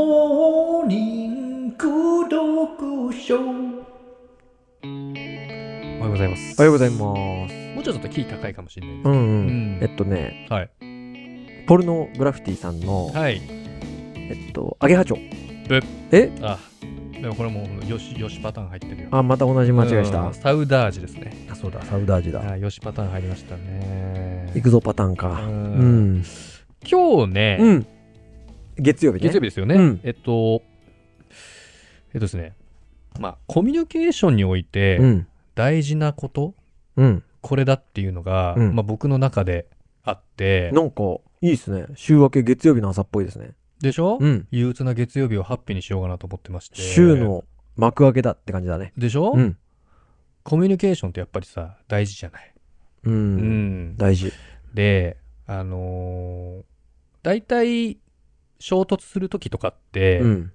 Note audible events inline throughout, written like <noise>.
モーニング読書おはようございます。おはようございます。もうちょっとキー高いかもしれないでうんうす。ん。えっとね、はい。ポルノグラフィティさんの、はい。えっと、アゲハチョぶっ。えあ、でもこれもうよし、よしパターン入ってるよ。あ、また同じ間違いしうたん。サウダージですね。あ、そうだ、サウダージだ。あ、よしパターン入りましたね。行くぞパターンう。か。うんん。今日ね、うん。月曜日ね。月曜日ですよね。うんえっと、えっとですね、まあ、コミュニケーションにおいてうん。大事なこと、うん。これだっていうのが、うんまあ僕の中であって、なんか、いいですね。週明け月曜日の朝っぽいですね。でしょ、うん。憂鬱な月曜日をハッピーにしようかなと思ってまして。週の幕開けだって感じだね。でしょ、うん。コミュニケーションってやっぱりさ、大事じゃない。う。うんん。大事。で、あのー、大体、衝突するときとかって、うん。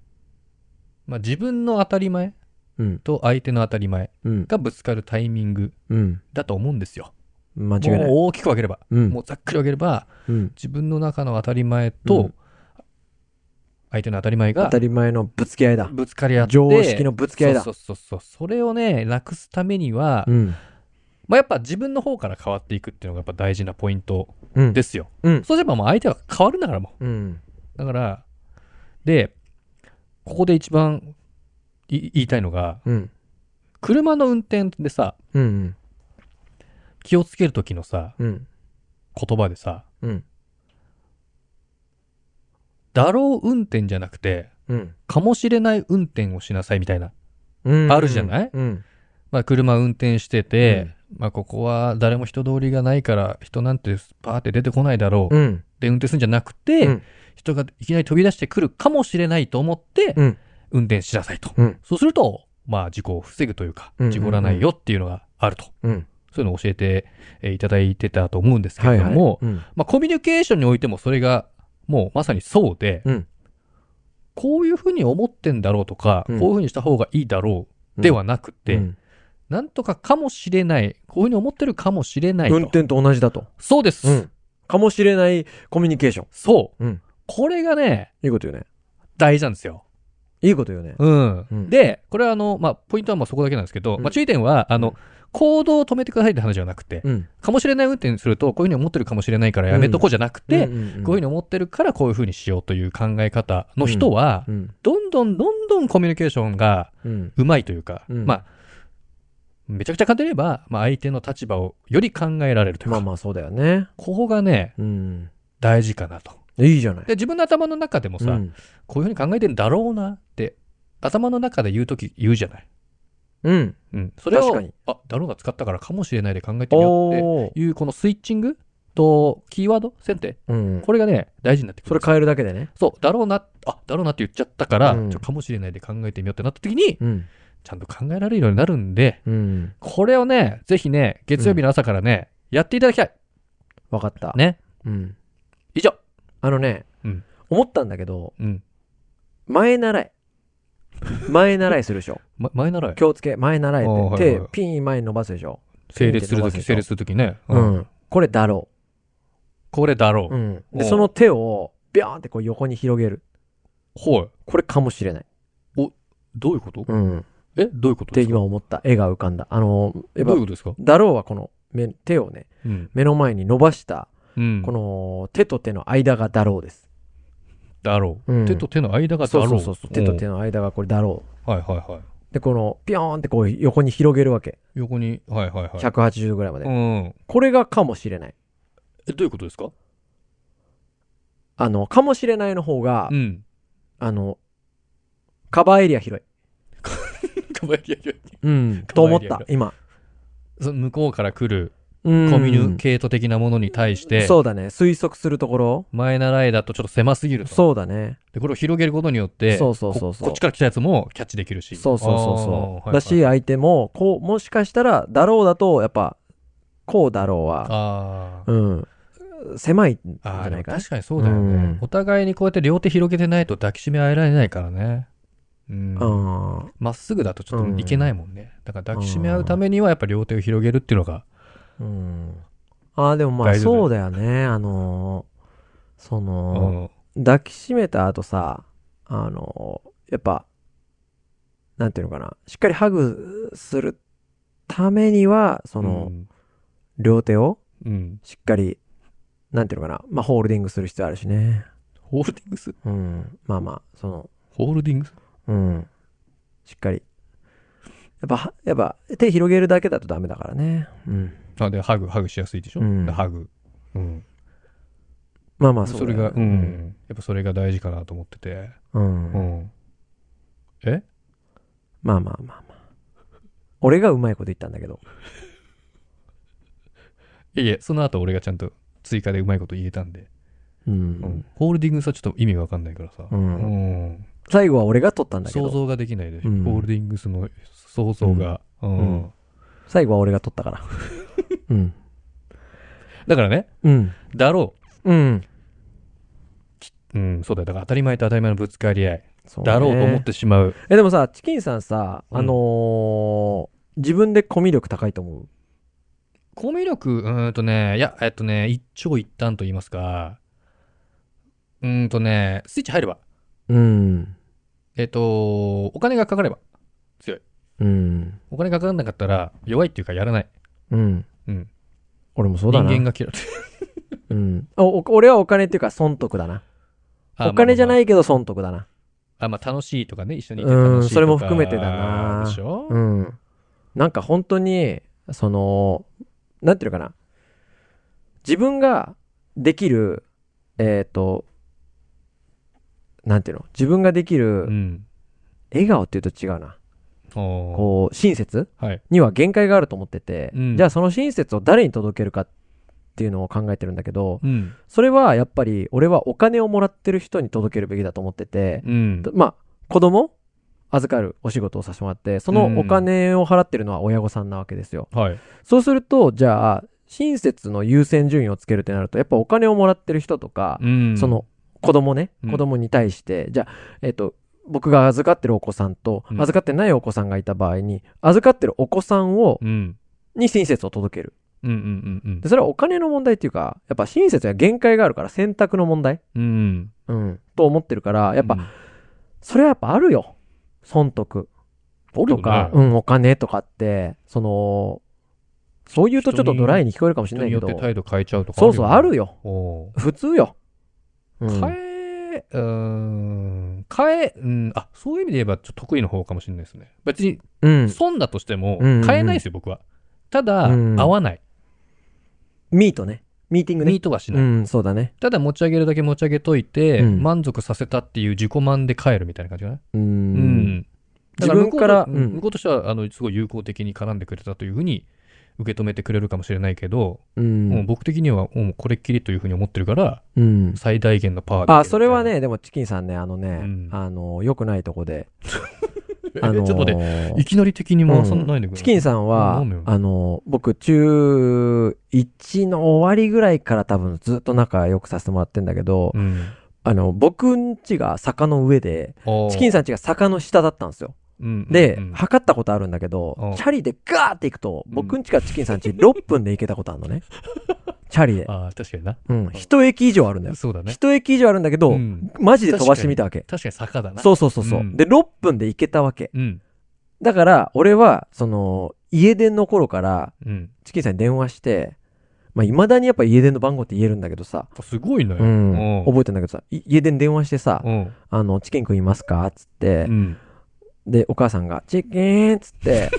まあ、自分の当たり前うん。と相手の当たり前うん。がぶつかるタイミングうん。だと思うんですよ。もう間違いない。大きく分ければ、うんもうざっくり分ければ、うん。自分の中の当たり前うとん、相手の当たり前当がたり前のぶつけ合いだ。ぶつかり合って、常識のぶつけ合いだそ。うそうそうそう。それをね、なくすためには、うん。まあ、やっぱ自分の方から変わっていくっていうのがやっぱ大事なポイントうん。ですよ。うんそうすればもう相手は変わるんだからもうん。う。だから、で、ここで一番い言いたいのが、うん。車の運転でさ、うん。気をつける時のさ、うん。言葉でさ、うん。だろう運転じゃなくて、うん。かもしれない運転をしなさいみたいな。うんあるじゃないうん。まあ、車運転してて、まあ、ここは誰も人通りがないから、人なんてパーって出てこないだろう。うん。で、運転するんじゃなくて、うん人がいきなり飛び出してくるかもしれないと思って、うん運転しなさいと。うんそうすると、まあ、事故を防ぐというかうんうんう、ん事故らないよっていうのがあると。うん。そういうのを教えてえーいただいてたと思うんですけはれいどはい。も、うん。まあ、コミュニケーションにおいてもそれが、もうまさにそうで、うんこういうふうに思ってんだろうとか、うんこういうふうにした方がいいだろうではなくて、うんなんとかかもしれない、こういうふうに思ってるかもしれないと。運転と同じだと。そうです、うん。かもしれないコミュニケーション。そう、うんこれがね、いいこと言うね。大事なんですよ。いいこと言うね。うん。うんで、これはあの、まあ、ポイントはまあそこだけなんですけど、うんまあ、注意点は、あの、うん行動を止めてくださいって話じゃなくて、うん。かもしれない運転すると、こういうふうに思ってるかもしれないからやめとこうじゃなくて、うんうんうこういうんふうに思ってるからこういうふうにしようという考え方の人は、うん。どんどんどんどんコミュニケーションがうん。うまいというか、うんまあ、めちゃくちゃ簡単に言えば、まあ、相手の立場をより考えられるというか、まあまあ、そうだよね。ここがね、うん。大事かなと。いいじゃない。で、自分の頭の中でもさ、うんこういうふうに考えてんだろうなって、頭の中で言うとき言うじゃない。うん。うん。それを、確かにあ、だろうが使ったからかもしれないで考えてみようっおーていう、このスイッチングとキーワード、選定、うん。これがね、大事になってくそるれ。変えるだけでね。そう、だろうな、あ、だろうなって言っちゃったから、うんちょかもしれないで考えてみようってなった時に、うん。ちゃんと考えられるようになるんで、うん。これをね、ぜひね、月曜日の朝からね、やっていただきたい。わかった。ね。うん。以上。あのねうん、思ったんだけど、うん。前習い。前習いするで <laughs> しょ。ま、前ならよ気をつけ、前習いあーっはいて。はい手、ピン前に伸ばすでしょ。整列すると手き、伸ば整列するときね。う。ん。これだろこれだろう。う。ん。おうで、その手を、ビャーンってこう横に広げる。ほい。これかもしれない。どういうことうん。っえ、どういうことてですか今思った。絵が浮かんだ。あの、やっどうぱいう、ことですかだろうはこの、目手をね、うん。目の前に伸ばした、うん。この手と手の間がだろうです。だろうう。ん手と手の間がだそろうう。そうそうそう。手と手の。の間がこれだろはいはいはう。で、この、ピョーンってこう横に広げるわけ。い。横に、はいはいはい。 180度ぐらいまうで。ん。これがかもしれない。え、どういうことですかあの、かもしれないの方がう、 <laughs> ん。あの、カバーエリア広い。かばやりやりやりうん。と思っカバーエリアた広、今。その向こうから来るココミュニケート的なものに対して、そうだね。推測するところ。前習いだとちょっと狭すぎると。そうだね。で、これを広げることによって、そうそうそうそこうこっちから来たやつもキャッチできるし。そうそうそうあーそ。はいうはいだし、相手も、こう、もしかしたら、だろうだと、やっぱ、こうだろうは、あーうん。狭いんじあゃー、でないもかな。確かにそうだようねん。お互いにこうやって両手広げてないと抱きしめ合えられないからね。うん。うん。まっすぐだとちょっといけないもんね。だから抱きしめ合うためにはやっぱ両手を広げるっていうのが、うん。ああ、でもまあ、大丈夫そうだよね。あのー、そうの、ん。抱きしめた後さ、あの、やっぱ、なんていうのかな、しっかりハグするためには、その、両手をうん、うん。しっかり、なんていうのかな、まあ、ホールディングする必要あるしね。ホールディングスうん。まあまあ、その、ホールディングスうん。しっかり。やっぱは、やっぱ、手広げるだけだとダメだからね。うん。あ、で、ハグ、ハグしやすいでしょ、うんでハグ。うん。まあまあ、そうそれだよが、うん、やっぱそれが大事かなと思ってて。うん。ううん。ん。えまあまあまあまあ。俺がうまいこと言ったんだけど。いえいえ、その後俺がちゃんと追加でうまいこと言えたんで。う。うんんホールディングスはちょっと意味わかんないからさ。うんうん最後は俺が取ったんだけ想ど。像ができないでしょ、うんホールディングスの想像が、うんうん最後は俺が取ったから。うん。だからね、うん。だろうん。う。うん、そうだよ。だから当たり前と当たり前のぶつかり合い。そねだろうと思ってしまう。え、でもさ、チキンさんさ、うんあのー自分でコミュ力高いと思うコミュ力、うーんとね、いや、えっとね、一長一短と言いますか、うーんとね、スイッチ入れば、うん。えっと、お金がかかれば、うん。お金がかかんなかったら、弱いっていうかやらない。うん。うん。俺もそう人だな。間が嫌い。うん。おお俺はお金っていうか損得だな。あ。お金じゃないいけど損得だまな。あまあ、あまあ楽しいとかね、一緒にいて楽しいとうんか。それも含めてだなでしょ、うん。なんか本当に、その、なんていうのかな。自分ができる、えっ、と、なんていうの自分ができうるん。笑顔っていうと違うな。おこう、親切ーはい。には限界があると思ってて、うんじゃあその親切を誰に届けるかっていうのを考えてるんだけど、うん。それはやっぱり俺はお金をもらってる人に届けるべきだと思ってて、うん。まあ子供預かるお仕事をさせてもらってそのお金を払ってるのは親御さんなわけですよ、はい。そうするとじゃあ親切の優先順位をつけるってなるとやっぱお金をもらってる人とか、うん。その、子供ねうん子供に対して、じゃあえっ、と僕が預かってるお子さんとうん預かってないお子さんがいた場合に預かってるお子さんをうん。に親切を届けるうんうんうんでそれはお金の問題っていうかやっぱ親切は限界があるから選択の問題うん。うん。うん、と思ってるから、やっぱ、うんそれはやっぱあるよ。損得あるよとねか、うん、お金とかって、その、そう言うとちょっとドライに聞こえるかもしれ人なにいけよってど、態度変えちゃうとかそうそう、あよるね。よ。おー普通よ。うん変え、うーん、変え、うん、あ、そういう意味で言えば、ちょっと得意の方かもしれないですね。別に、うん。損だとしても、うんうんうん変えないですよ、僕は。ただ、うん合わない。ミートね。ミーティングね。ミートはしなうい。ん、そうだね。ただ、持ち上げるだけ持ち上げといて、うん満足させたっていう自己満で帰るみたいな感じかな。う。。うんだら自分から向こうがうん向こうとしては、あの、すごい友好的に絡んでくれたというふうに、受け止めてくれるかもしれないけど、う。もうん僕的には、もうこれっきりというふうに思ってるから、うん。最大限のパワーでいけるみたいな。あ、それはね、でもチキンさんね、あのね、うんあの、良くないとこで、 <laughs> え、あのちょっと待って、いきなり敵に回さないでくれ、チキンさんはうん、あの、僕、中1の終わりぐらいから多分ずっと仲良くさせてもらってんだけど、うん。あの、僕ん家が坂の上で、チキンささん家が坂の下だったんですよ。ん、うんうんで、うん測ったことあるんだけおどう、チャリでガーって行くと、うん僕ん家からチキンさん家6分で行けたことあ <laughs> るのね。チャリで。ああ、確かにな。うん。一駅以上あるんだよ。そうだね。一駅以上あるんだけど、うんマジで飛ばしてみたわけ。確かに坂だな。そうそうそうそう、うんで、6分で行けたわけ。う。ん。だから、俺は、その、家電の頃から、うん。チキンさんに電話して、まあ、未だにやっぱ家電の番号って言えるんだけどさ、あすごいね。うん、うん。覚えてんだけどさ、い家電電話してさ、うん。あの、チキン食いますかっつって、うん。で、お母さんが、チキンっ <laughs> つって、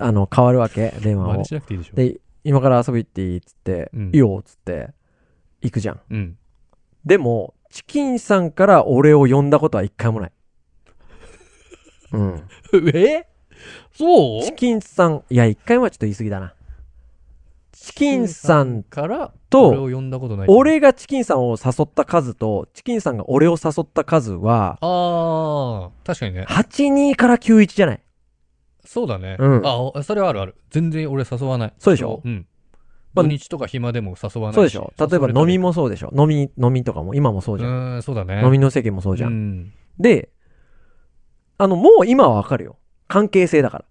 あの、変わるわけ、電話真を似し。なくていいでしょ。で、今から遊び行っていいっつって、うんいいよっつって、行くじゃん。うん。でも、チキンさんから俺を呼んだことは一回もない。うん。えそうチキンさん、いや、一回もはちょっと言い過ぎだな。チキンさんから、俺と、を呼んだことない。俺がチキンさんを誘った数と、チキンさんが俺を誘った数は、ああ、確かにね。 82から91じゃない。そうだね。うんああ、それはあるある。全然俺誘わない。そうでしょうん。ま土あ日とか暇でも誘わないし。そうでしょ例えば誘われたり飲み。もそうでしょ飲み、飲みとかも、今もそうじゃん。うん、そうだね。飲みの席もそうじゃ。うんん。で、あの、もう今はわかるよ。関係性だから。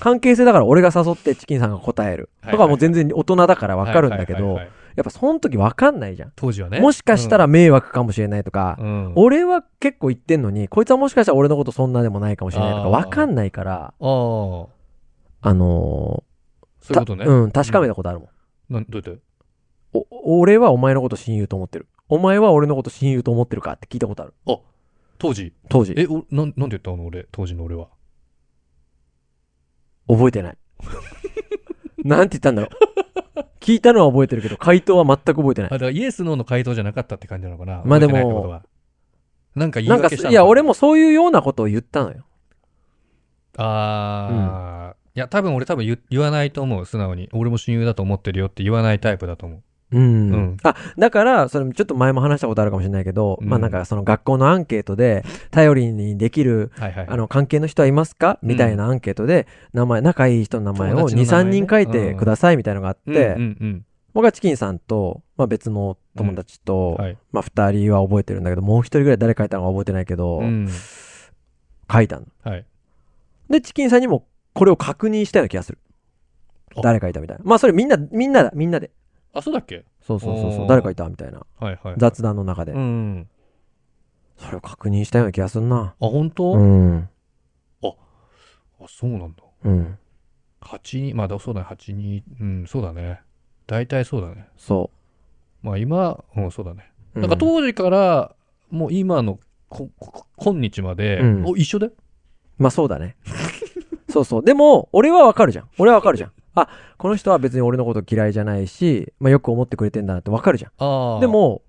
関係性だから俺が誘ってチキンさんが答えるはいはいとかはもう全然大人だから分かるんだけど、はいはいはいはいやっぱその時分かんないじゃん。当時はね。もしかしたら迷惑かもしれないとか、うん、うん俺は結構言ってんのに、こいつはもしかしたら俺のことそんなでもないかもしれないとかあー分かんないから、ああ、そあのうーいうことね。たうん、確かめたことあるもん。なんどうやってお俺はお前のこと親友と思ってる。お前は俺のこと親友と思ってるかって聞いたことある。当時。当時。え、おなんなんて言ったの俺、当時の俺は。覚えてない。 <laughs> なんて言ったんだろう。聞いたのは覚えてるけど、回答は全く覚えてなあだい。からイエス・ノーの回答じゃなかったって感じなのかな。まあでも覚えてないってことはなんか言いなんか、訳したのいや、俺。もそういうようなことを言ったのよ。ああ、いや、多分俺多分言言わないと思う、素直に。俺も親友だと思ってるよって言わないタイプだと思う。うん。うんあ、だから、それちょっと前も話したことあるかもしれないけど、うんまあなんかその学校のアンケートで、頼りにできる、はいはい。あの、関係の人はいますかみたいなアンケートで、名前、仲いい人の名前友を2、達の名前ね3人書いてくださいみたいなのがあっうて、んうんうん僕はチキンさんと、まあ別の友達と、はい。まあ2人は覚えてるんだけど、もう1人ぐらい誰書いたのか覚えてないけど、うん。書いたの。はい。で、チキンさんにもこれを確認したような気がするあ。誰かいたみたいな。まあそれみんな、みんなだ、みんなで。あ、そうだっけそうそうそうそおう、ー誰かいたみたいな。はいはい。雑談の中でう。ん。それを確認したような気がするな。あ、本当、うん。あ、そうなんだ。うん。 8人、まあ、そうだね、8人、うん、そうだね。大体そうだね。そまあ、今、うん、そうだね。う。なんかうん当時から、もう今のこ、こ今日まで、うんお一緒だよ。まあそうだね。そうそう。でも、俺はわかるじゃん。俺はわかるじゃん。あ、この人は別に俺のこと嫌いじゃないし、まあよく思ってくれてんだなってわかるじゃああ。ん。で、も、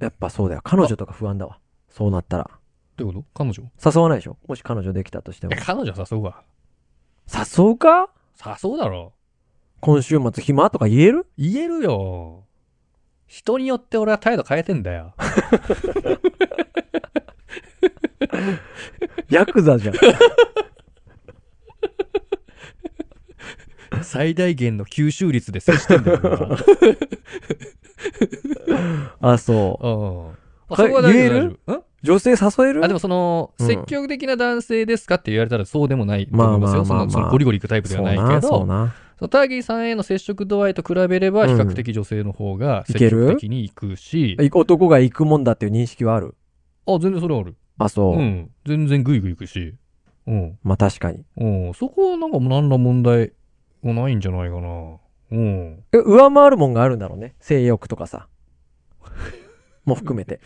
やっぱそうだよ。彼女とか不安だわ。そうなったら。どういうこと彼女い誘わないでしょもし彼女できたとしてもや。彼女は誘うわ。誘うか誘うだろ。今週末暇とか言 <laughs> える言えるよ。人によって俺は態度変えてんだ <laughs> よ。ヤクザじゃん。最大限の吸収率で接してんだよ。俺はあ、そ <laughs> うん。う。あかそこは大言え丈夫る大丈夫ん女性誘えるあでもその、うん積極的な男性ですかって言われたらそうでもないとまあ思いますよ。そまあまあのそのゴリゴリ行くタイプでそはうないな、けど、そうそな。のターギーさんへの接触度合いと比べれば、うん比較的女性の方がい積ける極的に行くし、い男が行くもんだっていう認識はあるあ、全然それある。あ、そう。うん。全然グイグイ行くし、うん。まあ確かに。うん。そこはなんか何ら問題もないんじゃないかな。うん。え上回るもんがあるんだろうね。性欲と <laughs> かさ。も含めて。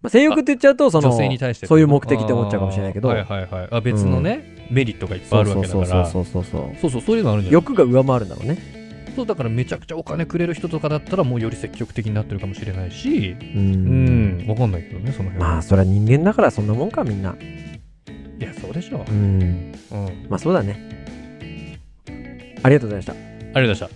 まあ、性欲って言っちゃうと、その、女性に対してそういう目的って思っちゃうかもしれないけど、あーはいはいはい。あ、別のね、メリットがいっぱいそあうるそわうけだそかうそら。うそうそうそう。そうそう、そういうのあるんじゃない欲が上回るんだろうね。そうだからめちゃくちゃお金くれる人とかだったらもうより積極的になってるかもしれないしう。うんんわかんないけどねその辺は、まあ、それは人間だからそんなもんか、みんな。いやそうでしょうん。うん、ありがとうまあそうだね。ありがとうございました。ございました